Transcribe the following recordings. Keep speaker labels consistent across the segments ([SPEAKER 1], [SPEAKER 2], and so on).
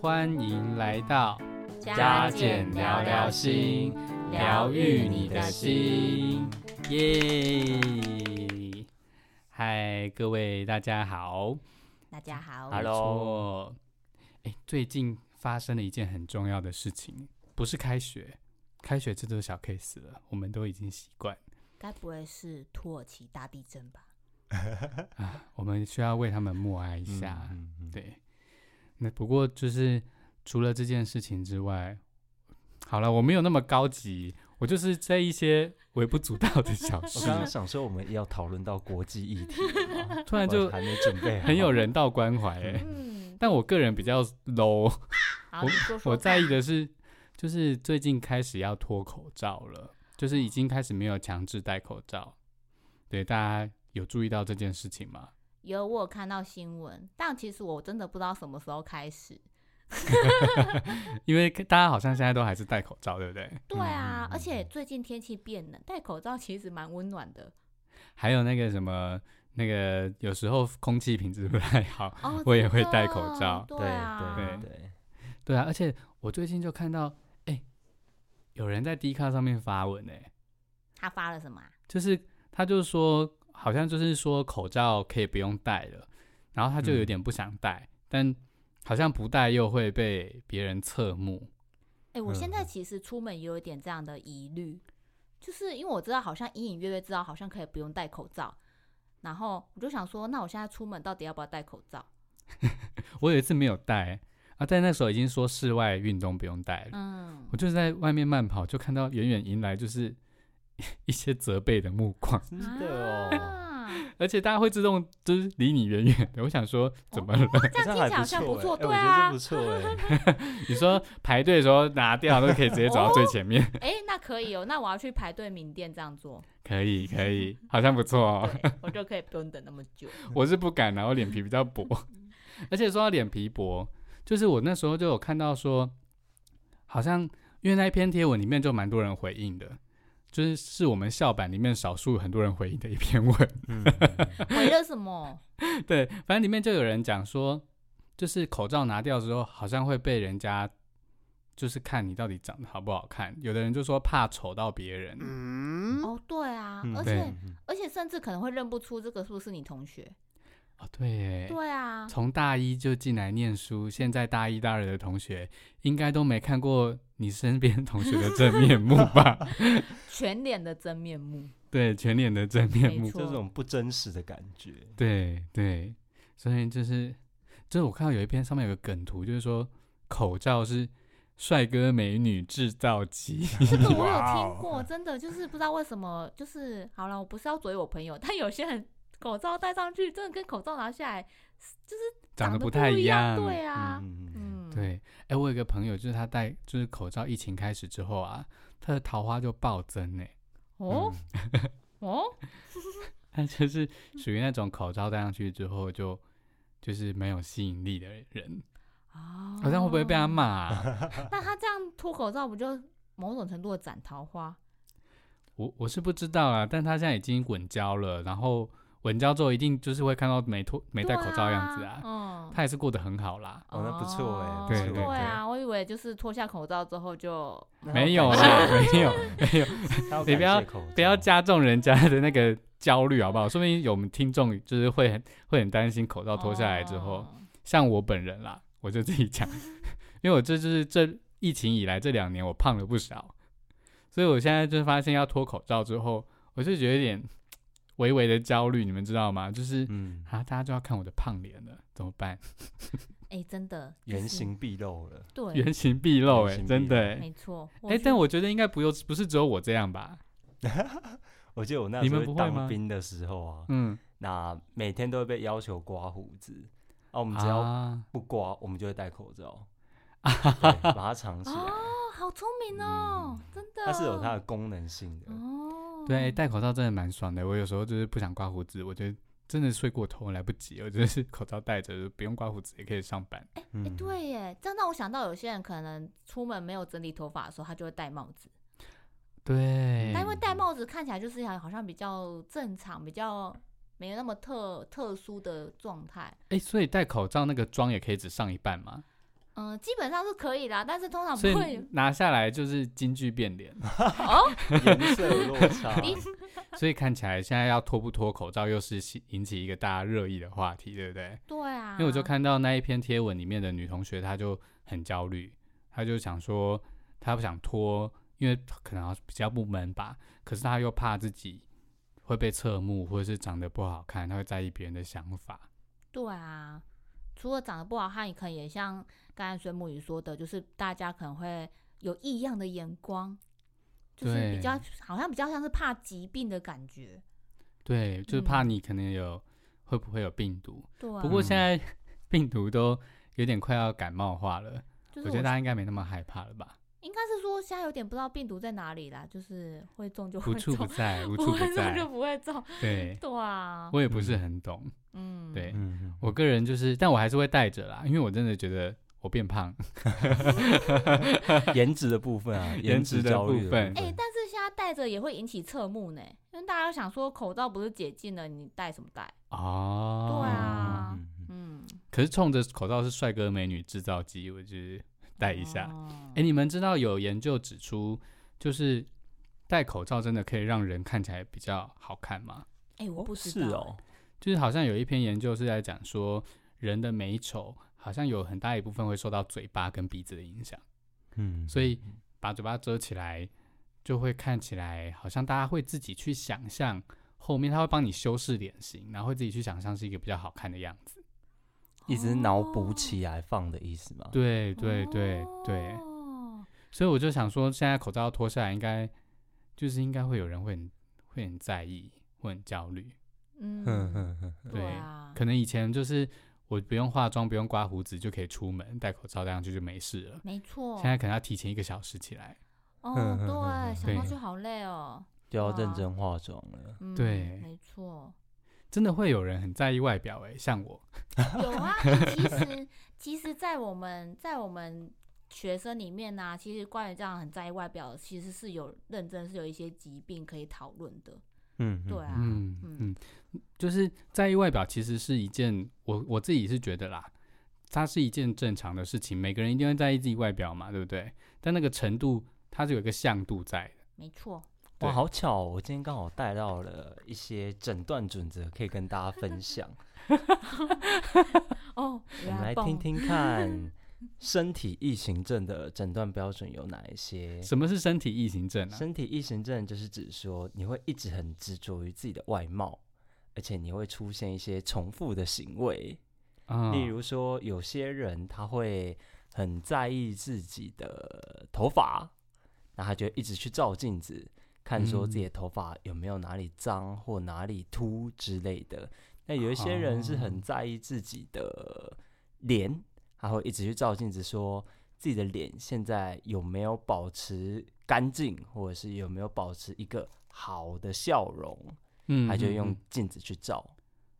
[SPEAKER 1] 欢迎来到
[SPEAKER 2] 加减聊聊心，疗愈你的心，
[SPEAKER 1] 耶！嗨，各位大家好。
[SPEAKER 2] 大家好
[SPEAKER 1] 没
[SPEAKER 3] Hello
[SPEAKER 1] 错。哎，最近发生了一件很重要的事情，不是开学，开学这都是小 case 了，我们都已经习惯。
[SPEAKER 2] 该不会是土耳其大地震吧？
[SPEAKER 1] 我们需要为他们默哀一
[SPEAKER 3] 嗯
[SPEAKER 1] 下。
[SPEAKER 3] 嗯嗯
[SPEAKER 1] 对，那不过就是除了这件事情之外，好了，我没有那么高级，我就是在一些微不足道的小
[SPEAKER 3] 我
[SPEAKER 1] 事，
[SPEAKER 3] 刚刚想说，我们要讨论到国际议题了吗，
[SPEAKER 1] 突然
[SPEAKER 3] 我
[SPEAKER 1] 就
[SPEAKER 3] 还没准备好，
[SPEAKER 1] 很有人道关怀、欸。
[SPEAKER 2] 嗯，
[SPEAKER 1] 但我个人比较 low，
[SPEAKER 2] 好，你说说
[SPEAKER 1] 我在意
[SPEAKER 2] 看
[SPEAKER 1] 的是，就是最近开始要脱口罩了，就是已经开始没有强制戴口罩。对，大家有注意到这件事情吗？
[SPEAKER 2] 有我有看到新闻，但其实我真的不知道什么时候开始。
[SPEAKER 1] 因为大家好像现在都还是戴口罩，对不对？
[SPEAKER 2] 对啊，而且最近天气变冷，戴口罩其实蛮温暖的。
[SPEAKER 1] 还有那个什么，那个有时候空气品质不太好，
[SPEAKER 2] 哦，
[SPEAKER 1] 我也会
[SPEAKER 2] 真的
[SPEAKER 1] 戴口罩
[SPEAKER 2] 对
[SPEAKER 3] 对
[SPEAKER 2] 啊，
[SPEAKER 3] 对对，
[SPEAKER 1] 对啊，而且我最近就看到，哎、有人在 d 卡上面发文、哎，
[SPEAKER 2] 他发了什么、啊？
[SPEAKER 1] 就是他就说，好像就是说口罩可以不用戴了，然后他就有点不想戴，但好像不戴又会被别人侧目，
[SPEAKER 2] 哎、我
[SPEAKER 3] 嗯
[SPEAKER 2] 现在其实出门也有一点这样的疑虑，就是因为我知道好像隐隐约约知道好像可以不用戴口罩，然后我就想说，那我现在出门到底要不要戴口罩？
[SPEAKER 1] 我有一次没有戴啊，但那时候已经说室外运动不用戴了，
[SPEAKER 2] 嗯
[SPEAKER 1] 我，就是在外面慢跑，就看到远远迎来就是 一些责备的目光，
[SPEAKER 3] 真的
[SPEAKER 1] 嗯
[SPEAKER 3] 哦，
[SPEAKER 2] 啊，
[SPEAKER 1] 而且大家会自动就是离你远远的。我想说怎么了？
[SPEAKER 2] 哦这样听起来好像不错，对啊，
[SPEAKER 3] 不错哎，
[SPEAKER 1] 你说排队的时候拿掉都可以直接走到最前面，
[SPEAKER 2] 哎、那可以哦，那我要去排队名店这样做，
[SPEAKER 1] 可以可以，好像不错哦。
[SPEAKER 2] 对，我就可以不用等那么久。
[SPEAKER 1] 我是不敢啊啦，我脸皮比较薄。而且说到脸皮薄，就是我那时候就有看到说，好像因为那一篇贴文里面就蛮多人回应的，就是是我们校版里面少数很多人回应的一篇文。
[SPEAKER 3] 嗯嗯
[SPEAKER 2] 为了什么？
[SPEAKER 1] 对，反正里面就有人讲说，就是口罩拿掉之后，好像会被人家就是看你到底长得好不好看。有的人就说怕丑到别人，
[SPEAKER 2] 哦，对啊，
[SPEAKER 3] 嗯
[SPEAKER 2] 而
[SPEAKER 1] 对
[SPEAKER 2] 且
[SPEAKER 3] 嗯
[SPEAKER 2] 而且甚至可能会认不出这个是不是你同学。
[SPEAKER 1] 哦，对耶，
[SPEAKER 2] 对 啊，
[SPEAKER 1] 从大一就进来念书，现在大一大二的同学应该都没看过你身边同学的正面目吧？
[SPEAKER 2] 全脸的真面 目。
[SPEAKER 1] 对，全脸的正面
[SPEAKER 2] 没
[SPEAKER 1] 目，
[SPEAKER 2] 错
[SPEAKER 3] 这种不真实的感觉，
[SPEAKER 1] 对对，所以就是，就是我看到有一篇上面有个梗图，就是说口罩是帅哥美女制造 机。
[SPEAKER 2] 这个我有
[SPEAKER 3] 哇
[SPEAKER 2] 听
[SPEAKER 3] 哦
[SPEAKER 2] 过，真的就是不知道为什么，就是好了，我不是要左右我朋友，但有些人口罩戴上去，真的跟口罩拿下来就是
[SPEAKER 1] 长
[SPEAKER 2] 得
[SPEAKER 1] 得
[SPEAKER 2] 不
[SPEAKER 1] 不太
[SPEAKER 2] 一
[SPEAKER 1] 一样
[SPEAKER 2] 对
[SPEAKER 3] 嗯
[SPEAKER 2] 啊，
[SPEAKER 3] 嗯嗯
[SPEAKER 2] 嗯，，
[SPEAKER 1] 对，哎、我有一个朋友，就是他戴就是口罩，疫情开始之后啊，他的桃花就暴增呢、
[SPEAKER 2] 哦
[SPEAKER 1] 嗯
[SPEAKER 2] 哦，
[SPEAKER 1] 他就是
[SPEAKER 2] 嗯
[SPEAKER 1] 属于那种口罩戴上去之后就就是没有吸引力的人，
[SPEAKER 2] 啊
[SPEAKER 1] 好像会不会被他？骂、啊？
[SPEAKER 2] 那他这样脱口罩，不就某种程度的斩桃花？
[SPEAKER 1] 我我是不知道啊，但他现在已经稳交了，然后稳交之后一定就是会看到没脱没戴口罩的样子
[SPEAKER 2] 对
[SPEAKER 1] 啊，
[SPEAKER 2] 嗯，
[SPEAKER 1] 他也是过得很好啦。
[SPEAKER 3] 哦那不错欸
[SPEAKER 2] 哦
[SPEAKER 1] 不错对对
[SPEAKER 2] 啊，我以为就是脱下口罩之后就
[SPEAKER 1] 没有啦，没有没有，你不要不
[SPEAKER 2] 哦
[SPEAKER 1] 要
[SPEAKER 3] 讲，
[SPEAKER 1] 加重人家的那个焦虑好不好？说明有我们听众就是会很会很担心口罩脱下来之后，
[SPEAKER 2] 哦
[SPEAKER 1] 像我本人啦，我就自己 讲，因为我这就是这疫情以来这两年我胖了不少，所以我现在就发现要脱口罩之后，我就觉得有点微微的焦虑，你们知道吗？就是
[SPEAKER 3] 嗯，
[SPEAKER 1] 啊，大家就要看我的胖脸了，怎么办？
[SPEAKER 2] 哎、真的
[SPEAKER 3] 原，
[SPEAKER 2] 就是
[SPEAKER 3] 形毕露了，
[SPEAKER 2] 对，
[SPEAKER 1] 原形毕露、
[SPEAKER 3] 原
[SPEAKER 1] 哎，
[SPEAKER 3] 形毕
[SPEAKER 1] 真的、
[SPEAKER 3] 露
[SPEAKER 1] 哎
[SPEAKER 2] 没错。
[SPEAKER 1] 哎、但我觉得应该不用，不是只有我这样吧？
[SPEAKER 3] 我记得我那
[SPEAKER 1] 你
[SPEAKER 3] 时
[SPEAKER 1] 们
[SPEAKER 3] 候
[SPEAKER 1] 不会吗
[SPEAKER 3] 当兵的时候啊，
[SPEAKER 1] 嗯，
[SPEAKER 3] 那每天都会被要求刮胡子，啊，我
[SPEAKER 1] 我
[SPEAKER 3] 们只要
[SPEAKER 1] 啊、
[SPEAKER 3] 不刮，我们就会戴口 罩，对把它藏起来。
[SPEAKER 2] 哦，好聪明哦，
[SPEAKER 1] 嗯
[SPEAKER 2] 真的。
[SPEAKER 3] 它是有它的功能性的，
[SPEAKER 2] 哦，
[SPEAKER 3] 嗯
[SPEAKER 1] 哎对，戴口罩真的蛮爽的。我有时候就是不想刮胡子，我就真的睡过头，来不及了，就是 口罩戴着，不用刮胡子也可以上班。
[SPEAKER 2] 哎、
[SPEAKER 3] 嗯，
[SPEAKER 2] 对耶，这样让我想到有些人可能出门没有整理头发的时候，他就会戴帽子。
[SPEAKER 1] 对
[SPEAKER 2] 但因为戴帽子看起来就是好像比较正常，比较没有那么特特殊的状态。
[SPEAKER 1] 哎，所以戴口罩那个妆也可以只上一半吗？
[SPEAKER 2] 嗯、基本上是可以啦，但是通啊常不
[SPEAKER 1] 所
[SPEAKER 2] 会
[SPEAKER 1] 以拿下来就是京剧变脸，
[SPEAKER 2] 哦。
[SPEAKER 3] 颜色有落差，
[SPEAKER 2] 你
[SPEAKER 1] 所以看起来现在要脱不脱口罩又是引引起一个大家热议的话题，对不对？
[SPEAKER 2] 对啊，
[SPEAKER 1] 因为我就看到那一篇贴文里面的女同学，她就很焦虑，她就想说她不想脱，因为可能比较不闷吧，可是她又怕自己会被侧目，或者是长得不好看，她会在意别人的想法。
[SPEAKER 2] 对啊，除了长得不好看，可能也像刚才水母鱼说的，就是大家可能会有异样的眼光，就是
[SPEAKER 1] 对
[SPEAKER 2] 比较好像比较像是怕疾病的感觉。
[SPEAKER 1] 对，就是怕
[SPEAKER 2] 嗯
[SPEAKER 1] 你可能有、会不会有病毒。
[SPEAKER 2] 对啊、
[SPEAKER 1] 不过现在 病毒都有点快要感冒化了，
[SPEAKER 2] 就是
[SPEAKER 1] 我
[SPEAKER 2] 我
[SPEAKER 1] 觉得大家应该没那么害怕了 吧？
[SPEAKER 2] 应该是说现在有点不知道病毒在哪里啦，就是会中就
[SPEAKER 1] 无
[SPEAKER 2] 会
[SPEAKER 1] 处
[SPEAKER 2] 中，
[SPEAKER 1] 不 在，无
[SPEAKER 2] 不
[SPEAKER 1] 处
[SPEAKER 2] 会
[SPEAKER 1] 不
[SPEAKER 2] 中
[SPEAKER 1] 在
[SPEAKER 2] 就。不会中。
[SPEAKER 1] 对，
[SPEAKER 2] 对啊，
[SPEAKER 1] 我也不是
[SPEAKER 3] 嗯
[SPEAKER 1] 很懂。
[SPEAKER 2] 嗯，
[SPEAKER 1] 对
[SPEAKER 3] 嗯，
[SPEAKER 1] 我个人就是，但我还是会戴着啦，因为我真的觉得我变胖。
[SPEAKER 3] 嗯 颜值的部分啊，
[SPEAKER 1] 颜值
[SPEAKER 3] 值
[SPEAKER 1] 的
[SPEAKER 3] 焦虑
[SPEAKER 1] 部
[SPEAKER 3] 的
[SPEAKER 1] 分
[SPEAKER 3] 部
[SPEAKER 2] 哎、
[SPEAKER 3] 分，
[SPEAKER 2] 但是现在戴着也会引起侧目呢，因为大家想说口罩不是解禁了，你戴什么戴？
[SPEAKER 1] 哦，
[SPEAKER 2] 对啊
[SPEAKER 3] 嗯嗯嗯
[SPEAKER 2] 嗯，
[SPEAKER 1] 可是冲着口罩是帅哥美女制造机，我就是戴一下。哎、
[SPEAKER 2] 哦
[SPEAKER 1] 你们知道有研究指出，就是戴口罩真的可以让人看起来比较好看吗？
[SPEAKER 2] 哎、我不知道
[SPEAKER 3] 是
[SPEAKER 2] 欸
[SPEAKER 3] 哦，
[SPEAKER 1] 就是好像有一篇研究是在讲说，人的美丑好像有很大一部分会受到嘴巴跟鼻子的影响，
[SPEAKER 3] 嗯，
[SPEAKER 1] 所以把嘴巴遮起来，就会看起来好像大家会自己去想象。后面他会帮你修饰脸型，然后会自己去想象是一个比较好看的样子。
[SPEAKER 2] 哎
[SPEAKER 3] 一
[SPEAKER 2] 哦
[SPEAKER 3] 直脑补起来放的意思嘛，
[SPEAKER 1] 对对对对。
[SPEAKER 2] 哦
[SPEAKER 1] 所以我就想说，现在口罩脱下来，应该就是应该会有人会很会很在意，会很焦虑。
[SPEAKER 3] 哼
[SPEAKER 2] 嗯，
[SPEAKER 3] 哼哼，
[SPEAKER 1] 对
[SPEAKER 2] 对啊，
[SPEAKER 1] 可能以前就是我不用化妆，不用刮胡子就可以出门，戴口罩戴上去就没事了。
[SPEAKER 2] 没错
[SPEAKER 3] 哦
[SPEAKER 1] 现。在可能要提前一个小时起来。
[SPEAKER 2] 哦，
[SPEAKER 3] 嗯嗯嗯
[SPEAKER 2] 对，想
[SPEAKER 3] 嗯
[SPEAKER 2] 到
[SPEAKER 1] 对
[SPEAKER 2] 就好累哦。
[SPEAKER 3] 就要认
[SPEAKER 2] 哇
[SPEAKER 3] 真化妆了，
[SPEAKER 2] 嗯，
[SPEAKER 1] 对
[SPEAKER 2] 没错。
[SPEAKER 1] 真的会有人很在意外表诶、像我，
[SPEAKER 2] 有啊，欸其实其实，在我们在我们学生里面呢、其实关于这样很在意外表，其实是有认真是有一些疾病可以讨论的。
[SPEAKER 3] 嗯，嗯
[SPEAKER 2] 对啊，
[SPEAKER 1] 嗯
[SPEAKER 2] 嗯
[SPEAKER 1] 嗯，就是在意外表其实是一件我我自己是觉得啦，它是一件正常的事情，每个人一定会在意自己外表嘛，对不对？但那个程度它是有一个向度在的。
[SPEAKER 2] 没错。
[SPEAKER 1] 对
[SPEAKER 3] 哇，好巧、哦！我今天刚好带到了一些诊断准则，可以跟大家 分享。
[SPEAKER 2] 哦，
[SPEAKER 3] 我们来听听看身体异形症的诊断标准有哪一些？
[SPEAKER 1] 什么是身体异形症啊？
[SPEAKER 3] 身体异形症就是指说你会一直很执着于自己的外貌，而且你会出现一些重复的行为。
[SPEAKER 1] 啊
[SPEAKER 3] 例如说，有些人他会很在意自己的头发，那他就一直去照镜子，看说
[SPEAKER 1] 嗯
[SPEAKER 3] 自己的头发有没有哪里脏或哪里秃之类的。那有一些人是
[SPEAKER 1] 哦
[SPEAKER 3] 很在意自己的脸，他会一直去照镜子，说自己的脸现在有没有保持干净，或者是有没有保持一个好的笑容，
[SPEAKER 1] 嗯
[SPEAKER 3] 他就
[SPEAKER 1] 嗯
[SPEAKER 3] 用
[SPEAKER 1] 嗯
[SPEAKER 3] 镜子去照。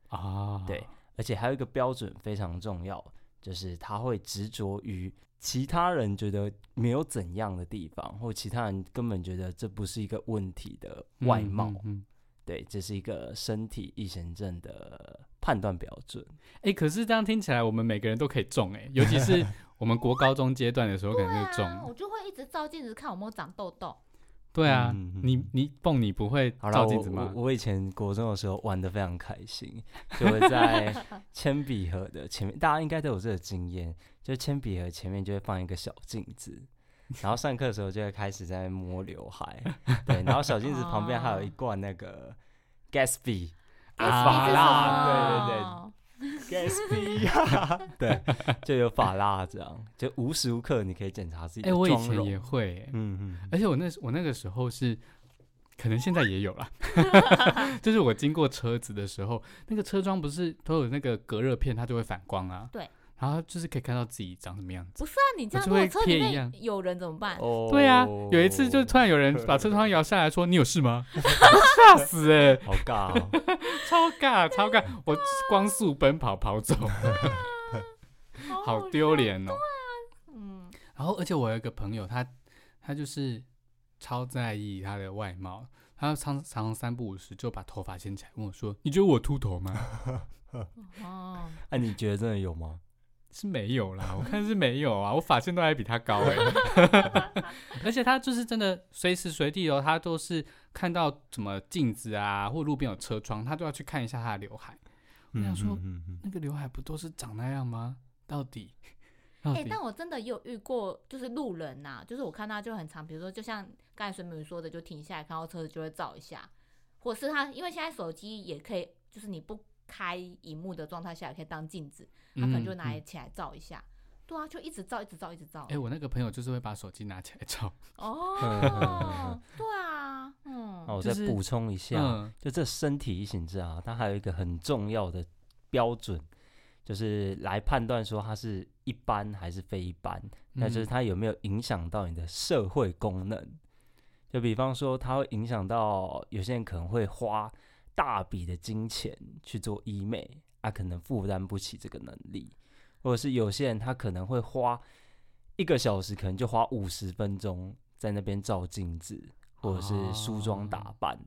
[SPEAKER 1] 啊，
[SPEAKER 3] 对，而且还有一个标准非常重要，就是他会执着于其他人觉得没有怎样的地方，或其他人根本觉得这不是一个问题的外
[SPEAKER 1] 嗯
[SPEAKER 3] 貌。
[SPEAKER 1] 嗯嗯
[SPEAKER 3] 对，这是一个身体异形症的判断标准。
[SPEAKER 1] 哎、可是这样听起来，我们每个人都可以中哎、尤其是我们国高中阶段的时候，可
[SPEAKER 2] 对
[SPEAKER 1] 能就中
[SPEAKER 2] 啊，
[SPEAKER 1] 了。
[SPEAKER 2] 我就会一直照镜子看有没有长痘痘。
[SPEAKER 1] 对啊，
[SPEAKER 3] 嗯嗯
[SPEAKER 1] 你
[SPEAKER 3] 嗯
[SPEAKER 1] 你蹦你不会
[SPEAKER 3] 好
[SPEAKER 1] 照
[SPEAKER 3] 了，
[SPEAKER 1] 镜
[SPEAKER 3] 我
[SPEAKER 1] 子
[SPEAKER 3] 我
[SPEAKER 1] 吗？
[SPEAKER 3] 我以前国中的时候玩的非常开心，就会 在铅笔盒的前面，大家应该都有这个经验，就铅笔盒前面就会放一个小镜子，然后上课的时候就会开始在那边摸刘海，对，然后小镜子旁边还有一罐那个 Gatsby，
[SPEAKER 1] 啊
[SPEAKER 2] 哎
[SPEAKER 1] 发
[SPEAKER 3] 蜡对对对
[SPEAKER 2] 对
[SPEAKER 3] Gatsby，啊 对，就有发蜡这样，就无时无刻你可以检查自己
[SPEAKER 1] 哎、
[SPEAKER 3] 的
[SPEAKER 1] 我以
[SPEAKER 3] 妆
[SPEAKER 1] 前
[SPEAKER 3] 容。
[SPEAKER 1] 也会、欸，
[SPEAKER 3] 嗯嗯
[SPEAKER 1] 而且我那时我那个时候是，可能现在也有啦，就是我经过车子的时候，那个车窗不是都有那个隔热片，它就会反光啊。
[SPEAKER 2] 对。
[SPEAKER 1] 然后就是可以看到自己长什么样子。
[SPEAKER 2] 不是啊，你这样
[SPEAKER 1] 我
[SPEAKER 2] 如
[SPEAKER 1] 就会
[SPEAKER 2] 果车里
[SPEAKER 1] 贴一样
[SPEAKER 2] 面有人怎么办？
[SPEAKER 3] 哦
[SPEAKER 1] 对啊，有一次就突然有人把车窗摇下来说：“你有事吗？”吓死哎、
[SPEAKER 3] 好尬哦，
[SPEAKER 1] 超尬超尬！我光速奔跑跑走，好丢
[SPEAKER 2] 笑。
[SPEAKER 1] 脸哦。
[SPEAKER 2] 嗯，
[SPEAKER 1] 然后，而且我有一个朋友，他他就是超在意他的外貌，他常常常三不五时就把头发掀起来问我说：“你觉得我秃头吗
[SPEAKER 2] 哦，
[SPEAKER 3] 哎，你觉得真的有吗？？”
[SPEAKER 1] 是没有啦，我看是没有啊，我发线都还比他高 哎、而且他就是真的随时随地哦，他都是看到什么镜子啊，或路边有车窗，他都要去看一下他的刘海。我想说
[SPEAKER 3] 嗯，嗯嗯嗯
[SPEAKER 1] 那个刘海不都是长那样吗？到底到
[SPEAKER 2] 哎、
[SPEAKER 1] 底、
[SPEAKER 2] 但我真的有遇过，就是路人呐、就是我看他就很长，比如说就像刚才水母说的，就停下来看到车子就会照一下，或是他因为现在手机也可以，就是你不开荧幕的状态下也可以当镜子，他可能就拿
[SPEAKER 1] 嗯嗯
[SPEAKER 2] 起来照一下。对啊，就一直照，一直照，一直照
[SPEAKER 1] 哎、。我那个朋友就是会把手机拿起来照，
[SPEAKER 2] 哦，对啊，嗯，
[SPEAKER 3] 哦那我
[SPEAKER 1] 就
[SPEAKER 3] 再
[SPEAKER 1] 是
[SPEAKER 3] 补充一下，
[SPEAKER 1] 嗯，
[SPEAKER 3] 就这身体异形症啊，它还有一个很重要的标准，就是来判断说它是一般还是非一般，那就是
[SPEAKER 1] 嗯
[SPEAKER 3] 它有没有影响到你的社会功能。就比方说，它会影响到有些人可能会花大笔的金钱去做医美，啊，可能负担不起这个能力，或者是有些人他可能会花一个小时，可能就花五十分钟在那边照镜子，或者是梳妆打
[SPEAKER 1] 哦
[SPEAKER 3] 扮。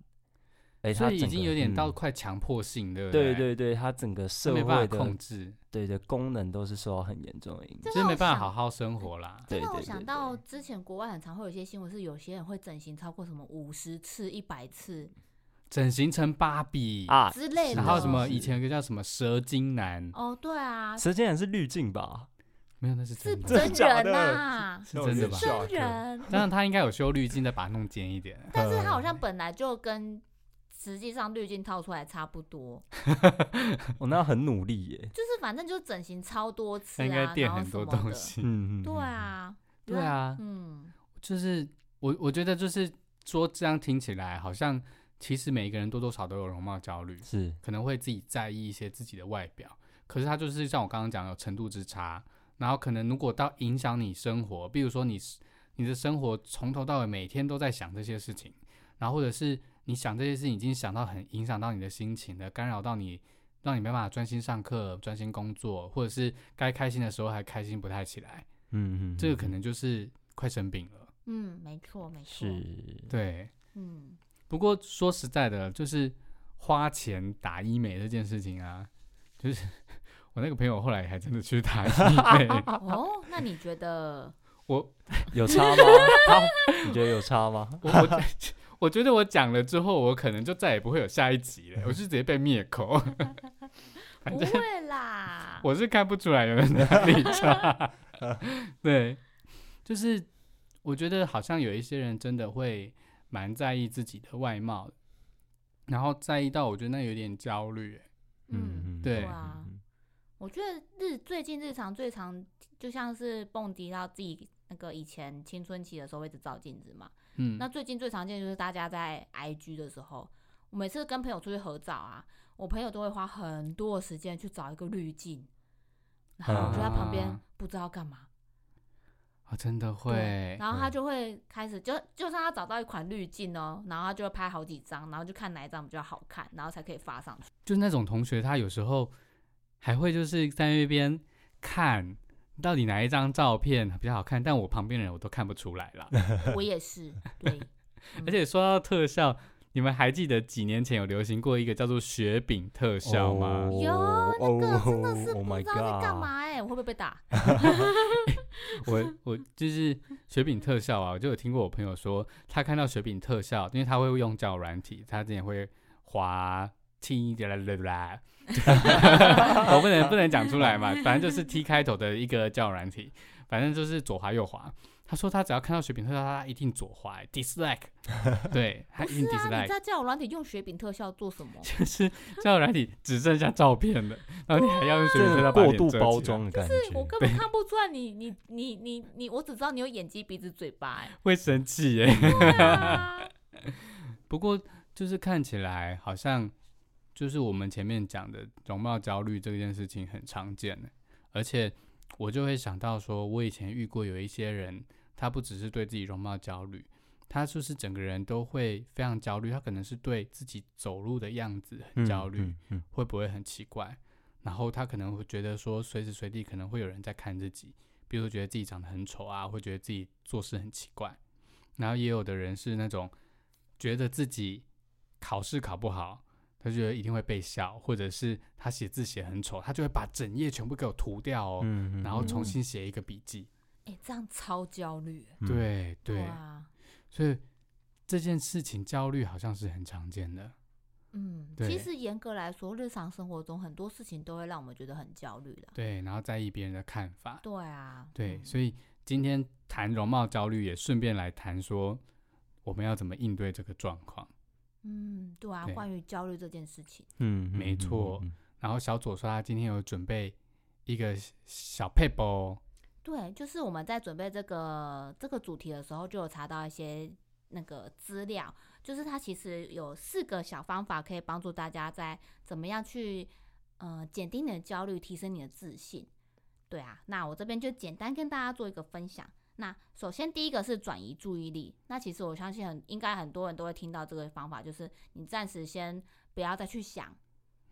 [SPEAKER 3] 哎、他
[SPEAKER 1] 所以已
[SPEAKER 3] 整
[SPEAKER 1] 经
[SPEAKER 3] 个
[SPEAKER 1] 有点
[SPEAKER 3] 嗯
[SPEAKER 1] 到快强迫性，对不
[SPEAKER 3] 对
[SPEAKER 1] 对
[SPEAKER 3] 对对，它整个
[SPEAKER 1] 是
[SPEAKER 3] 社
[SPEAKER 1] 欸没办
[SPEAKER 3] 会
[SPEAKER 1] 法
[SPEAKER 3] 的
[SPEAKER 1] 控制，
[SPEAKER 3] 对对功能都是受到很严重的影
[SPEAKER 2] 这
[SPEAKER 3] 响。
[SPEAKER 1] 就是没办法
[SPEAKER 2] 让我
[SPEAKER 1] 好好生活啦。
[SPEAKER 3] 对
[SPEAKER 2] 这让我
[SPEAKER 3] 对对
[SPEAKER 2] 想
[SPEAKER 3] 对
[SPEAKER 2] 到之前国外很常会有一些新闻，是有些人会整形超过什么五十次、一百次
[SPEAKER 1] 整形成芭比，
[SPEAKER 3] 啊
[SPEAKER 2] 之类的。
[SPEAKER 1] 然后什么
[SPEAKER 3] 是
[SPEAKER 1] 以前有个叫什么蛇精男，
[SPEAKER 2] 哦，对啊，
[SPEAKER 3] 蛇精人是滤镜吧？
[SPEAKER 1] 没有，那是
[SPEAKER 2] 是
[SPEAKER 1] 真的，
[SPEAKER 2] 真
[SPEAKER 3] 假
[SPEAKER 2] 人
[SPEAKER 3] 的
[SPEAKER 2] 呐、
[SPEAKER 1] 是真的吧？
[SPEAKER 2] 真人。
[SPEAKER 1] 当然他应该有修滤镜，再把它弄尖一点。
[SPEAKER 2] 但是他好
[SPEAKER 1] 嗯
[SPEAKER 2] 像本来就跟实际上滤镜套出来差不多，
[SPEAKER 3] 我那很努力 耶。
[SPEAKER 2] 就是反正就整形超多次
[SPEAKER 1] 他
[SPEAKER 2] 啊，
[SPEAKER 1] 应该垫
[SPEAKER 2] 然后
[SPEAKER 1] 很
[SPEAKER 2] 什
[SPEAKER 1] 多
[SPEAKER 2] 么
[SPEAKER 1] 东
[SPEAKER 2] 的。
[SPEAKER 1] 西。
[SPEAKER 3] 嗯，嗯
[SPEAKER 2] 对，啊，
[SPEAKER 1] 对啊，
[SPEAKER 2] 嗯，
[SPEAKER 1] 就是我我觉得就是说这样听起来好像其实每一个人多多少少都有容貌焦虑
[SPEAKER 3] 嗯，是
[SPEAKER 1] 可能会自己在意一些自己的外表，可是他就是像我刚刚讲的有程度之差，然后可能如果到影响你生活，比如说你是你的生活从头到尾每天都在想这些事情，然后或者是你想这些事情已经想到很影响到你的心情了，干扰到你，让你没办法专心上课、专心工作，或者是该开心的时候还开心不太起来，
[SPEAKER 3] 嗯嗯，
[SPEAKER 1] 这个
[SPEAKER 3] 嗯
[SPEAKER 1] 可能就是快生病了。
[SPEAKER 2] 嗯，没错，没错，
[SPEAKER 3] 是
[SPEAKER 1] 对，
[SPEAKER 2] 嗯，。
[SPEAKER 1] 不过说实在的，就是花钱打医美这件事情啊，就是 我那个朋友后来还真的去打医美
[SPEAKER 2] 哦，
[SPEAKER 1] 啊
[SPEAKER 2] 那你觉 得？
[SPEAKER 1] 我
[SPEAKER 3] 有差吗？他你觉得有差吗？
[SPEAKER 1] 我我 我觉得我讲了之后，我可能就再也不会有下一集了，我是直接被灭 口。
[SPEAKER 2] 不会啦，
[SPEAKER 1] 我是看不出来有哪 里差。 对，就是我觉得好像有一些人真的会蛮在意自己的外貌，然后在意到我觉得那有点焦虑欸、
[SPEAKER 2] 嗯，
[SPEAKER 3] 嗯，
[SPEAKER 1] 对
[SPEAKER 2] 对啊
[SPEAKER 3] 嗯
[SPEAKER 2] 我觉得日最近日常最常就像是蹦迪到自己那个以前青春期的时候会一直照镜子嘛，
[SPEAKER 1] 嗯，
[SPEAKER 2] 那最近最常见就是大家在 IG 的时候，我每次跟朋友出去合照啊，我朋友都会花很多的时间去找一个滤镜，然后我就在旁边
[SPEAKER 1] 啊
[SPEAKER 2] 不知道干嘛，
[SPEAKER 1] 啊真的会
[SPEAKER 2] 对，然后他
[SPEAKER 3] 嗯
[SPEAKER 2] 就会开始就就算他找到一款滤镜哦，然后他就会拍好几张，然后就看哪一张比较好看，然后才可以发上去。
[SPEAKER 1] 就是那种同学，他有时候还会就是在那边看到底哪一张照片比较好看，但我旁边的人我都看不出来啦。
[SPEAKER 2] 我也是，对，
[SPEAKER 1] 而且说到特效，你们还记得几年前有流行过一个叫做雪饼特效吗？
[SPEAKER 3] 哦
[SPEAKER 2] 有那个真的是
[SPEAKER 3] 哦，Oh
[SPEAKER 2] 不
[SPEAKER 3] my
[SPEAKER 2] 知道在干
[SPEAKER 3] God
[SPEAKER 2] 嘛哎、我会不会被打？
[SPEAKER 1] 我我就是雪饼特效啊，我就有听过我朋友说，他看到雪饼特效，因为他会用交友软体，他之前会滑 T 啦啦啦， 我不能不能讲出来嘛，反正就是 T 开头的一个交友软体，反正就是左滑右滑。他说他只要看到雪饼特效，他一定左滑、dislike，对他
[SPEAKER 2] 不
[SPEAKER 1] 一定
[SPEAKER 2] 是啊，你
[SPEAKER 1] dislike，、
[SPEAKER 2] 在叫我软体用雪饼特效做什么？
[SPEAKER 1] 就是交友软体只剩下照片了，然后你还要用雪饼特
[SPEAKER 3] 这
[SPEAKER 1] 效
[SPEAKER 3] 个
[SPEAKER 1] 把
[SPEAKER 3] 过
[SPEAKER 1] 脸
[SPEAKER 3] 度
[SPEAKER 1] 遮
[SPEAKER 3] 包
[SPEAKER 1] 起来
[SPEAKER 3] 装的感觉，
[SPEAKER 2] 我根本看不出来你你你你你，我只知道你有眼睛、鼻子、嘴巴、 哎，
[SPEAKER 1] 会生气耶、
[SPEAKER 2] 对啊，
[SPEAKER 1] 不过就是看起来好像欸就是我们前面讲的容貌焦虑这件事情很常见，而且我就会想到说，我以前遇过有一些人，他不只是对自己容貌焦虑，他就是整个人都会非常焦虑，他可能是对自己走路的样子很焦虑，，
[SPEAKER 3] 嗯
[SPEAKER 1] 会不会很奇怪？然后他可能会觉得说，随时随地可能会有人在看自己，比如说觉得自己长得很丑啊，会觉得自己做事很奇怪。然后也有的人是那种觉得自己考试考不好，他觉得一定会被笑，或者是他写字写很丑，他就会把整页全部给我涂掉哦，
[SPEAKER 3] 嗯
[SPEAKER 1] 然后重新写一个笔记。
[SPEAKER 2] 哎、这样超焦虑欸。
[SPEAKER 3] 嗯
[SPEAKER 1] 对对，
[SPEAKER 2] 啊，
[SPEAKER 1] 所以这件事情焦虑好像是很常见的。
[SPEAKER 2] 嗯，
[SPEAKER 1] 对
[SPEAKER 2] 其实严格来说，日常生活中很多事情都会让我们觉得很焦虑的。
[SPEAKER 1] 对，然后在意别人的看法。
[SPEAKER 2] 对啊，
[SPEAKER 1] 对，
[SPEAKER 2] 嗯
[SPEAKER 1] 所以今天谈容貌焦虑，也顺便来谈说我们要怎么应对这个状况。
[SPEAKER 2] 嗯，对啊，
[SPEAKER 1] 对
[SPEAKER 2] 关于焦虑这件事情，
[SPEAKER 3] 嗯
[SPEAKER 1] 没错，然后小左说他今天有准备一个小 paper，哦
[SPEAKER 2] 对，就是我们在准备这个这个主题的时候，就有查到一些那个资料，就是它其实有四个小方法可以帮助大家在怎么样去呃减低你的焦虑，提升你的自信。对啊，那我这边就简单跟大家做一个分享。那首先第一个是转移注意力，那其实我相信很应该很多人都会听到这个方法，就是你暂时先不要再去想，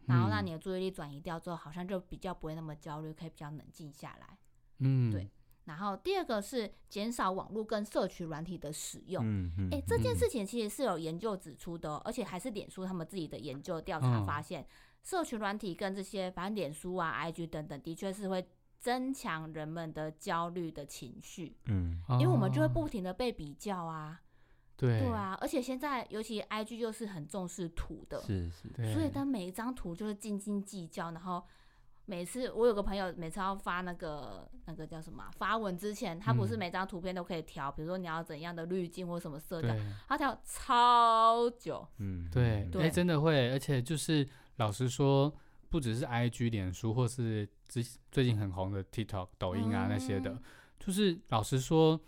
[SPEAKER 2] 然后让
[SPEAKER 1] 嗯
[SPEAKER 2] 你的注意力转移掉之后，好像就比较不会那么焦虑，可以比较冷静下来。
[SPEAKER 1] 嗯，
[SPEAKER 2] 对，然后第二个是减少网络跟社群软体的使用。
[SPEAKER 3] 嗯嗯
[SPEAKER 2] 哎、这件事情其实是有研究指出的哦、而且还是脸书他们自己的研究调查
[SPEAKER 1] 嗯
[SPEAKER 2] 发现，社群软体跟这些反正脸书啊、IG 等等，的确是会增强人们的焦虑的情绪，
[SPEAKER 3] 嗯
[SPEAKER 1] 因
[SPEAKER 2] 因为我们就会不停的被比较
[SPEAKER 1] 哦
[SPEAKER 2] 啊，
[SPEAKER 1] 对
[SPEAKER 2] 对，啊，而且现在尤其 IG 又是很重视图的，
[SPEAKER 3] 是是
[SPEAKER 1] 对
[SPEAKER 2] 所以他每一张图就是斤斤计较，然后每次我有个朋友每次要发那个那个叫什么啊发文之前，他不是
[SPEAKER 1] 嗯
[SPEAKER 2] 每张图片都可以调，比如说你要怎样的滤镜或什么色调，
[SPEAKER 1] 对
[SPEAKER 2] 他调超久。
[SPEAKER 3] 嗯
[SPEAKER 1] 对
[SPEAKER 2] 对
[SPEAKER 1] 哎，真的会，而且就是老实说。不只是 I G、脸书，或是最最近很红的 TikTok、抖音啊那些的
[SPEAKER 2] 嗯，
[SPEAKER 1] 就是老实说，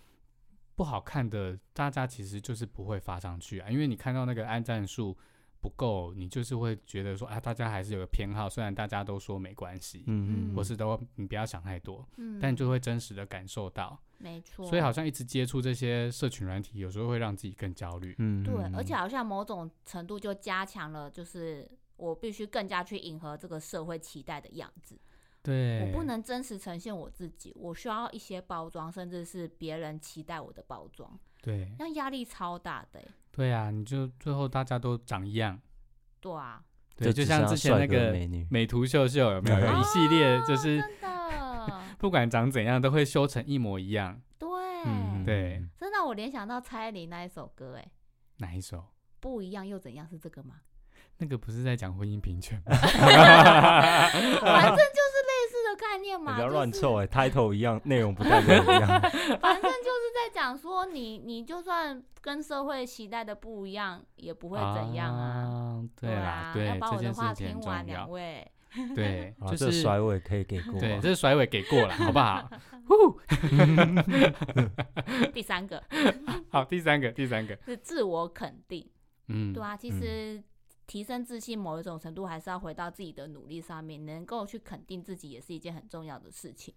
[SPEAKER 1] 不好看的，大家其实就是不会发上去啊，因为你看到那个按赞数不够，你就是会觉得说啊，大家还是有个偏好，虽然大家都说没关系，
[SPEAKER 3] 嗯
[SPEAKER 1] 或是都你不要想太多，
[SPEAKER 2] 嗯，
[SPEAKER 1] 但就会真实的感受到，
[SPEAKER 2] 没错，
[SPEAKER 1] 所以好像一直接触这些社群软体，有时候会让自己更焦虑。
[SPEAKER 3] 嗯
[SPEAKER 2] 对，而且好像某种程度就加强了，就是我必须更加去迎合这个社会期待的样子，
[SPEAKER 1] 对，
[SPEAKER 2] 我不能真实呈现我自己，我需要一些包装，甚至是别人期待我的包装，
[SPEAKER 1] 对
[SPEAKER 2] 那压力超大的欸、
[SPEAKER 1] 对啊，你就最后大家都长一样，
[SPEAKER 2] 对啊，
[SPEAKER 1] 对，就像之前那个
[SPEAKER 3] 美女，
[SPEAKER 1] 美图秀秀有没 有有一系列就是
[SPEAKER 2] 啊真的，
[SPEAKER 1] 不管长怎样都会修成一模一样，
[SPEAKER 3] 嗯
[SPEAKER 2] 对，
[SPEAKER 1] 对，
[SPEAKER 2] 真的，我联想到蔡依林那一首歌，哎，
[SPEAKER 1] 哪一首？
[SPEAKER 2] 不一样又怎样是这个 吗？
[SPEAKER 1] 那个不是在讲婚姻平权吗？
[SPEAKER 2] 反正就是类似的概念
[SPEAKER 3] 你
[SPEAKER 2] 嘛，
[SPEAKER 3] 不要
[SPEAKER 2] 就
[SPEAKER 3] 乱
[SPEAKER 2] 是
[SPEAKER 3] 凑哎，title 一样，内容不太一样，
[SPEAKER 2] 反正就是在讲说你你就算跟社会期待的不一样，也不会怎样啊。
[SPEAKER 1] 啊？对啦
[SPEAKER 2] 啊，，
[SPEAKER 1] 对
[SPEAKER 2] 要，把
[SPEAKER 1] 这
[SPEAKER 2] 我的
[SPEAKER 1] 件事
[SPEAKER 2] 话
[SPEAKER 1] 情
[SPEAKER 2] 听
[SPEAKER 1] 很
[SPEAKER 2] 完，
[SPEAKER 1] 重
[SPEAKER 2] 两
[SPEAKER 1] 要。
[SPEAKER 2] 位。
[SPEAKER 1] 对，
[SPEAKER 3] 啊，
[SPEAKER 1] 就
[SPEAKER 3] 这
[SPEAKER 1] 是
[SPEAKER 3] 甩尾可以给过，
[SPEAKER 1] 对，这甩尾给过了，好不 好？
[SPEAKER 2] 第三个
[SPEAKER 1] 好，第三个，第三个，
[SPEAKER 2] 是自我肯定，
[SPEAKER 1] 嗯，
[SPEAKER 2] 对啊，其实提升自信某一种程度还是要回到自己的努力上面，能够去肯定自己也是一件很重要的事情。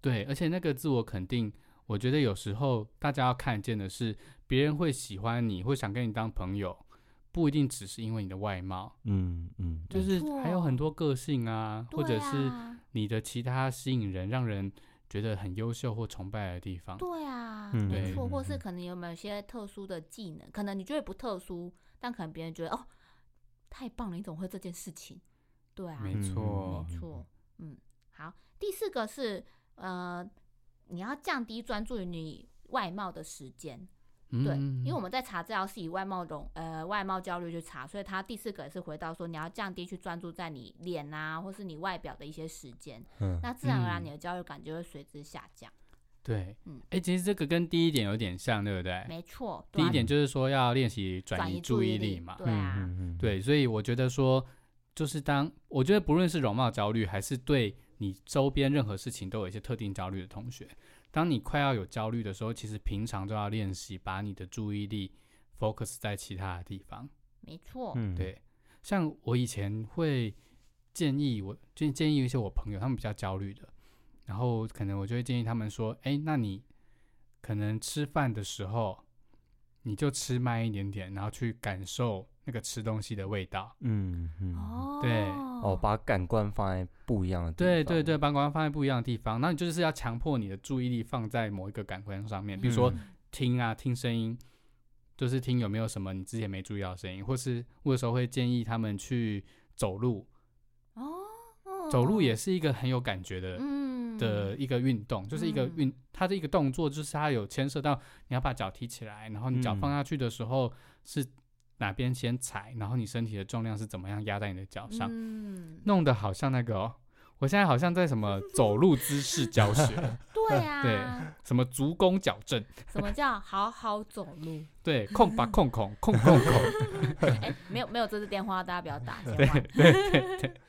[SPEAKER 1] 对，而且那个自我肯定，我觉得有时候大家要看见的是，别人会喜欢你，会想跟你当朋友，不一定只是因为你的外貌，
[SPEAKER 3] 嗯嗯，
[SPEAKER 1] 就
[SPEAKER 2] 没
[SPEAKER 1] 是还有
[SPEAKER 2] 错
[SPEAKER 1] 很多个性啊，或
[SPEAKER 2] 对
[SPEAKER 1] 者是
[SPEAKER 2] 啊
[SPEAKER 1] 你的其他吸引人、让人觉得很优秀或崇拜的地方。
[SPEAKER 2] 对啊，
[SPEAKER 3] 嗯
[SPEAKER 2] 没
[SPEAKER 1] 对
[SPEAKER 2] 错，或是
[SPEAKER 3] 嗯
[SPEAKER 2] 可能有没有一些特殊的技能，可能你觉得不特殊，但可能别人觉得哦，太棒了，你怎么会这件事情？对啊，
[SPEAKER 1] 没
[SPEAKER 2] 没
[SPEAKER 3] 嗯
[SPEAKER 1] 错，
[SPEAKER 3] 嗯
[SPEAKER 2] 错，嗯，好，第四个是呃，你要降低专注于你外貌的时间，对，因为我
[SPEAKER 1] 们
[SPEAKER 2] 们在查资料是以外貌容呃外貌焦虑去查，所以它第四个也是回到说你要降低去专注在你脸啊，或是你外表的一些时间，
[SPEAKER 3] 嗯
[SPEAKER 2] 那自然而然
[SPEAKER 1] 嗯
[SPEAKER 2] 你的焦虑感就会随之下降。
[SPEAKER 1] 对
[SPEAKER 2] 嗯，
[SPEAKER 1] 哎，其实这个跟第一点有点像，对不对？
[SPEAKER 2] 没错，对
[SPEAKER 1] 哎第
[SPEAKER 2] 啊
[SPEAKER 1] 一点就是说要练习转
[SPEAKER 2] 转
[SPEAKER 1] 移
[SPEAKER 2] 移
[SPEAKER 1] 注
[SPEAKER 2] 注
[SPEAKER 1] 意
[SPEAKER 2] 意
[SPEAKER 1] 力
[SPEAKER 2] 力
[SPEAKER 1] 嘛，
[SPEAKER 2] 对啊
[SPEAKER 3] 嗯，
[SPEAKER 1] 对，所以我觉得说，就是当我觉得不论是容貌焦虑，还是对你周边任何事情都有一些特定焦虑的同学，当你快要有焦虑的时候，其实平常就要练习把你的注意力 focus 在其他的地方。
[SPEAKER 2] 没错，
[SPEAKER 3] 嗯，
[SPEAKER 1] 对，像我以前会建议我，就建议一些我朋友，他们比较焦虑的，然后可能我就会建议他们说，哎，那你可能吃饭的时候你就吃慢一点点，然后去感受那个吃东西的味道。
[SPEAKER 3] 嗯嗯，
[SPEAKER 2] 哦，
[SPEAKER 1] 对
[SPEAKER 3] 哦，把感官放在不一样的地方，
[SPEAKER 1] 对对对，，把感官放在不一样的地方，那你就是要强迫你的注意力放在某一个感官上面，比如说
[SPEAKER 3] 嗯
[SPEAKER 1] 听啊，听声音，就是听有没有什么你之前没注意到的声音，或是我有时候会建议他们去走路，
[SPEAKER 2] 哦，哦
[SPEAKER 1] 走路也是一个很有感觉的、
[SPEAKER 2] 嗯
[SPEAKER 1] 的一个运动，就是一个
[SPEAKER 2] 嗯
[SPEAKER 1] 运，它的一个动作就是它有牵涉到你要把脚提起来，然后你脚
[SPEAKER 3] 嗯
[SPEAKER 1] 放下去的时候是哪边先踩，然后你身体的重量是怎么样压在你的脚上，
[SPEAKER 2] 嗯，
[SPEAKER 1] 弄得好像那个哦。我现在好像在什 么走路姿势教学，
[SPEAKER 2] 对
[SPEAKER 1] 对
[SPEAKER 2] 啊，
[SPEAKER 1] 什么足弓矫正，
[SPEAKER 2] 什么叫好好走 路？
[SPEAKER 1] 对，控吧控控 控控控，
[SPEAKER 2] 哎，没有没有，这是电话，大家不要 打，千
[SPEAKER 1] 对
[SPEAKER 2] 万。
[SPEAKER 1] 对对对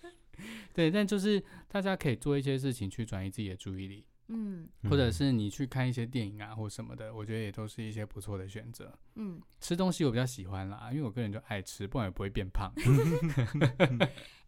[SPEAKER 1] 对，但就是大家可以做一些事情去转移自己的注意力，
[SPEAKER 2] 嗯
[SPEAKER 1] 或者是你去看一些电影啊或什么的，我觉得也都是一些不错的选择。
[SPEAKER 2] 嗯，
[SPEAKER 1] 吃东西我比较喜欢啦，因为我个人就爱吃，不然也不会变 胖。
[SPEAKER 3] 嗯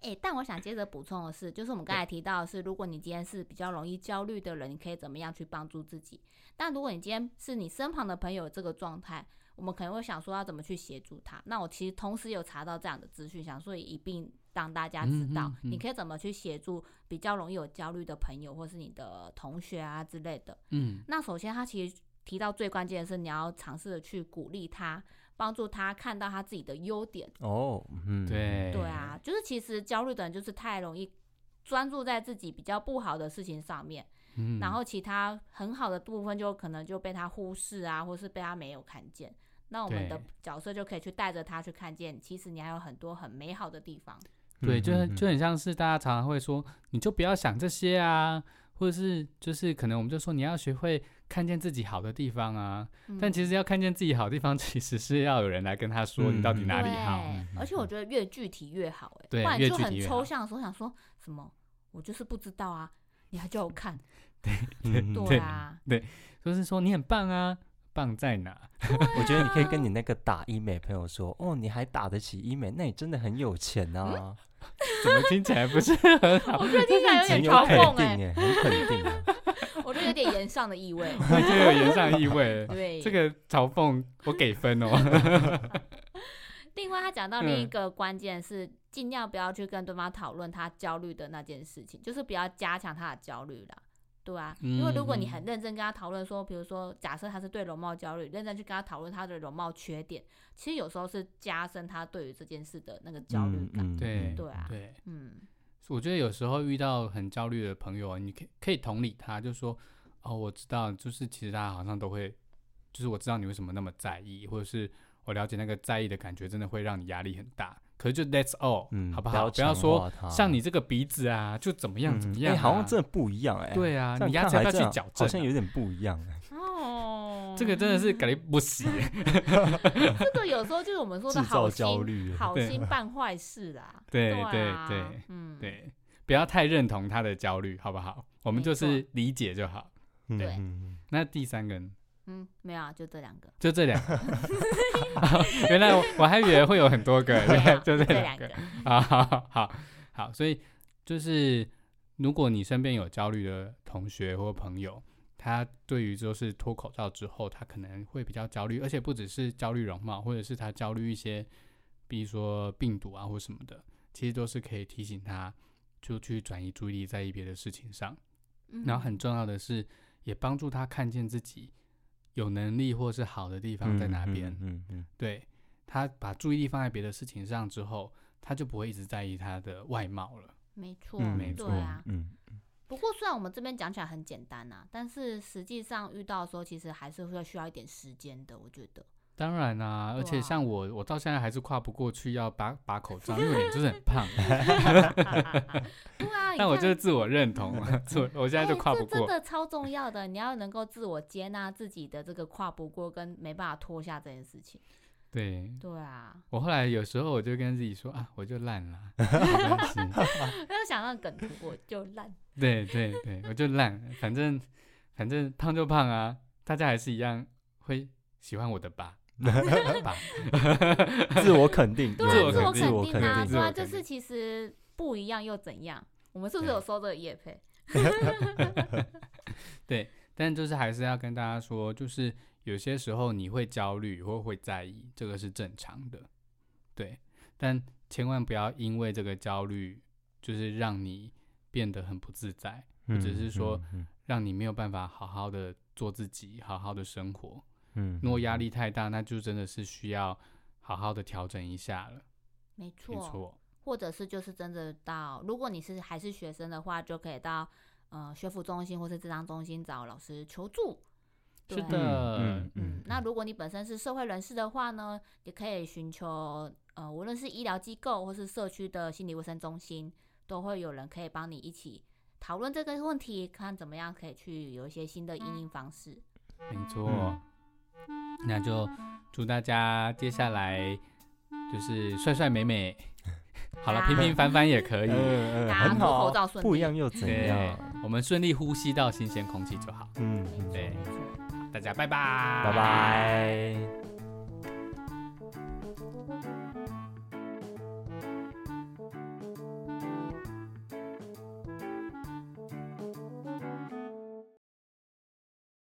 [SPEAKER 2] 哎，但我想接着补充的是，就是我们刚才提到的是，如果你今天是比较容易焦虑的人，你可以怎么样去帮助自己？但如果你今天是你身旁的朋友有这个状态，我们可能会想说要怎么去协助他。那我其实同时有查到这样的资讯，想说也一并让大家知道
[SPEAKER 1] 嗯，嗯嗯
[SPEAKER 2] 你可以怎么去协助比较容易有焦虑的朋友，或是你的同学啊之类的。
[SPEAKER 1] 嗯
[SPEAKER 2] 那首先，他其实提到最关键的是，你要尝试的去鼓励他，帮助他看到他自己的优点。
[SPEAKER 3] 哦，嗯，
[SPEAKER 1] 对
[SPEAKER 2] 对啊，就是其实焦虑的人就是太容易专注在自己比较不好的事情上面，
[SPEAKER 1] 嗯，
[SPEAKER 2] 然后其他很好的部分就可能就被他忽视啊，或是被他没有看见。那我们的
[SPEAKER 1] 对
[SPEAKER 2] 角色就可以去带着他去看见，其实你还有很多很美好的地方。
[SPEAKER 1] 对，就
[SPEAKER 3] 嗯
[SPEAKER 1] 很就很像是大家常常会说，你就不要想这些啊，或者是就是可能我们就说你要学会看见自己好的地方啊，
[SPEAKER 2] 嗯
[SPEAKER 1] 但其实要看见自己好的地方， 其实是要有人来跟他说你到底
[SPEAKER 3] 嗯
[SPEAKER 1] 哪里
[SPEAKER 2] 对
[SPEAKER 1] 好。嗯
[SPEAKER 2] 而且我觉得越具体越好、欸，
[SPEAKER 1] 对
[SPEAKER 2] 不然
[SPEAKER 1] 越
[SPEAKER 2] 就
[SPEAKER 1] 具体
[SPEAKER 2] 很
[SPEAKER 1] 越
[SPEAKER 2] 抽
[SPEAKER 1] 好
[SPEAKER 2] 象的时候想说什么，我就是不知道啊，你还叫我看，
[SPEAKER 3] 嗯
[SPEAKER 2] 对啊，
[SPEAKER 1] 就是说你很棒啊，棒在哪？
[SPEAKER 3] 我觉得你可以跟你那个打医美朋友说，哦，你还打得起医美，那你真的很有钱啊，
[SPEAKER 2] 嗯
[SPEAKER 1] 怎么听起来不是很好？。
[SPEAKER 2] 我觉得听起来有
[SPEAKER 3] 很
[SPEAKER 2] 点
[SPEAKER 3] 有
[SPEAKER 2] 嘲
[SPEAKER 3] 肯
[SPEAKER 2] 讽哎、
[SPEAKER 3] 定哎，很肯定啊。
[SPEAKER 2] 我觉得有点言上的意味
[SPEAKER 1] 就有言上意味了。
[SPEAKER 2] 对，
[SPEAKER 1] 这个嘲讽我给分哦。
[SPEAKER 2] 另外他讲到另一
[SPEAKER 1] 嗯
[SPEAKER 2] 个关键是，尽量不要去跟对方讨论他焦虑的那件事情，就是不要加强他的焦虑啦。对啊，因为如果你
[SPEAKER 1] 嗯
[SPEAKER 2] 很认真跟他讨论说，比如说假设他是对容貌焦虑，认真去跟他讨论他的容貌缺点，其实有时候是加深他对于这件事的那个 焦虑感。
[SPEAKER 3] 嗯
[SPEAKER 1] 对
[SPEAKER 2] 对啊，
[SPEAKER 1] 对，
[SPEAKER 2] 嗯
[SPEAKER 1] 我觉得有时候遇到很焦虑的朋友啊，你可以可以同理他，就说哦，我知道，就是其实大家好像都会，就是我知道你为什么那么在意，或者是我了解那个在意的感觉，真的会让你压力很大。可是就 That's all，、
[SPEAKER 3] 嗯，
[SPEAKER 1] 好不好？不
[SPEAKER 3] 强
[SPEAKER 1] 要说
[SPEAKER 3] 化它
[SPEAKER 1] 像你这个鼻子啊，就怎么样怎么
[SPEAKER 3] 嗯
[SPEAKER 1] 样、
[SPEAKER 3] 哎
[SPEAKER 1] 啊
[SPEAKER 3] 好像真的不一样哎。
[SPEAKER 1] 对啊，
[SPEAKER 3] 这样
[SPEAKER 1] 你牙
[SPEAKER 3] 看
[SPEAKER 1] 齿要
[SPEAKER 3] 还
[SPEAKER 1] 不要去
[SPEAKER 3] 真的
[SPEAKER 1] 矫正、啊
[SPEAKER 3] 好像有点不一样哎。
[SPEAKER 2] 哦
[SPEAKER 1] 这个真的是感觉不行。
[SPEAKER 2] 这个有时候就是我们说的
[SPEAKER 3] 制造
[SPEAKER 2] 好
[SPEAKER 3] 焦
[SPEAKER 2] 心
[SPEAKER 3] 虑，
[SPEAKER 2] 好
[SPEAKER 1] 对
[SPEAKER 2] 心办坏事啦。
[SPEAKER 1] 对对
[SPEAKER 2] 啊
[SPEAKER 1] 对，
[SPEAKER 2] 嗯，
[SPEAKER 1] 对，不要太认同他的焦虑，好不好？我们
[SPEAKER 2] 没
[SPEAKER 1] 就
[SPEAKER 2] 错
[SPEAKER 1] 是理解就好。
[SPEAKER 3] 嗯
[SPEAKER 2] 对
[SPEAKER 3] 嗯
[SPEAKER 1] 那第三个呢
[SPEAKER 2] 嗯，没有啊，就 这两个。
[SPEAKER 1] 就这两个，哦原来我我还以为会有很多个，原来
[SPEAKER 2] 啊
[SPEAKER 1] 就这
[SPEAKER 2] 两
[SPEAKER 1] 两个。好好好好，所以就是如果你身边有焦虑的同学或朋友，他对于就是脱口罩之后，他可能会比较焦虑，而且不只是焦虑容貌，或者是他焦虑一些，比如说病毒啊或什么的，其实都是可以提醒他，就去转移注意力在意别的事情上。
[SPEAKER 2] 嗯
[SPEAKER 1] 然后很重要的是，也帮助他看见自己有能力或是好的地方在哪边。
[SPEAKER 3] 嗯嗯
[SPEAKER 1] 对他把注意力放在别的事情上之后，他就不会一直在意他的外貌了。
[SPEAKER 2] 没错，
[SPEAKER 3] 嗯，
[SPEAKER 1] 没错
[SPEAKER 2] 对啊。
[SPEAKER 3] 嗯，
[SPEAKER 2] 不过虽然我们这边讲起来很简单啊，但是实际上遇到的时候，其实还是会需要一点时间的。我觉得，
[SPEAKER 1] 当然啦、而
[SPEAKER 2] 对
[SPEAKER 1] 且
[SPEAKER 2] 啊
[SPEAKER 1] 像我，我到现在还是跨不过去要拔拔口 罩，因为我脸就是很胖，
[SPEAKER 2] 对啊，你
[SPEAKER 1] 但我
[SPEAKER 2] 看
[SPEAKER 1] 就是自我认同，啊自 我我现在就
[SPEAKER 2] 哎
[SPEAKER 1] 跨不
[SPEAKER 2] 这真
[SPEAKER 1] 过。
[SPEAKER 2] 的超重要的。你要能够自我接纳自己的这个跨不过跟没办法脱下这件事情。
[SPEAKER 1] 对
[SPEAKER 2] 对啊，
[SPEAKER 1] 我后来有时候我就跟自己说啊，我就烂啦，没关系。
[SPEAKER 2] 没有想到梗图我就烂。
[SPEAKER 1] 对对对，我就烂，反正反正胖就胖啊，大家还是一样会喜欢我的吧。吧
[SPEAKER 3] 自我 肯定，
[SPEAKER 2] 对
[SPEAKER 1] 自
[SPEAKER 2] 啊，
[SPEAKER 1] 我
[SPEAKER 2] 自我
[SPEAKER 1] 肯定
[SPEAKER 2] 肯定啊，
[SPEAKER 1] 自
[SPEAKER 2] 对
[SPEAKER 1] 我
[SPEAKER 2] 啊，
[SPEAKER 1] 肯
[SPEAKER 2] 就
[SPEAKER 1] 定
[SPEAKER 2] 是其实不一样又怎样？我们是不是
[SPEAKER 1] 对啊
[SPEAKER 2] 有收这个叶配？
[SPEAKER 1] 对，但就是还是要跟大家说，就是有些时候你会焦虑或会在意，这个是正常的。对，但千万不要因为这个焦虑，就是让你变得很不自在，
[SPEAKER 2] 啊
[SPEAKER 3] 嗯
[SPEAKER 1] 只啊是说，
[SPEAKER 3] 嗯
[SPEAKER 1] 让你没有办法好好的做自己，好好的生活。
[SPEAKER 3] 嗯
[SPEAKER 1] 如果压力太大，那就真的是需要好好的调整一下了。
[SPEAKER 2] 没
[SPEAKER 1] 没错，
[SPEAKER 2] 或者是就是真的到，如果你是还是学生的话，就可以到呃学府中心或是智障中心找老师求助。
[SPEAKER 1] 是
[SPEAKER 2] 对
[SPEAKER 1] 的，
[SPEAKER 3] 嗯
[SPEAKER 2] 嗯，那如果你本身是社会人士的话呢，也可以寻求呃，无论是医疗机构或是社区的心理卫生中心，都会有人可以帮你一起讨论这个问题，看怎么样可以去有一些新的应应方式。
[SPEAKER 1] 没错。
[SPEAKER 3] 嗯
[SPEAKER 1] 那就祝大家接下来就是帅帅美 美，好了，
[SPEAKER 2] 啊
[SPEAKER 1] 平平凡凡也可以。
[SPEAKER 3] 嗯嗯，
[SPEAKER 2] 大家
[SPEAKER 3] 很
[SPEAKER 2] 都
[SPEAKER 3] 好
[SPEAKER 2] 口罩
[SPEAKER 3] 啊，
[SPEAKER 2] 顺利啊
[SPEAKER 3] 不一样又怎
[SPEAKER 1] 对
[SPEAKER 3] 样？，
[SPEAKER 1] 我们顺利呼吸到新鲜空气就好。
[SPEAKER 3] 嗯，
[SPEAKER 2] 没错，
[SPEAKER 3] 嗯
[SPEAKER 1] 对
[SPEAKER 2] 没错。
[SPEAKER 1] 大家拜拜，
[SPEAKER 3] 拜拜。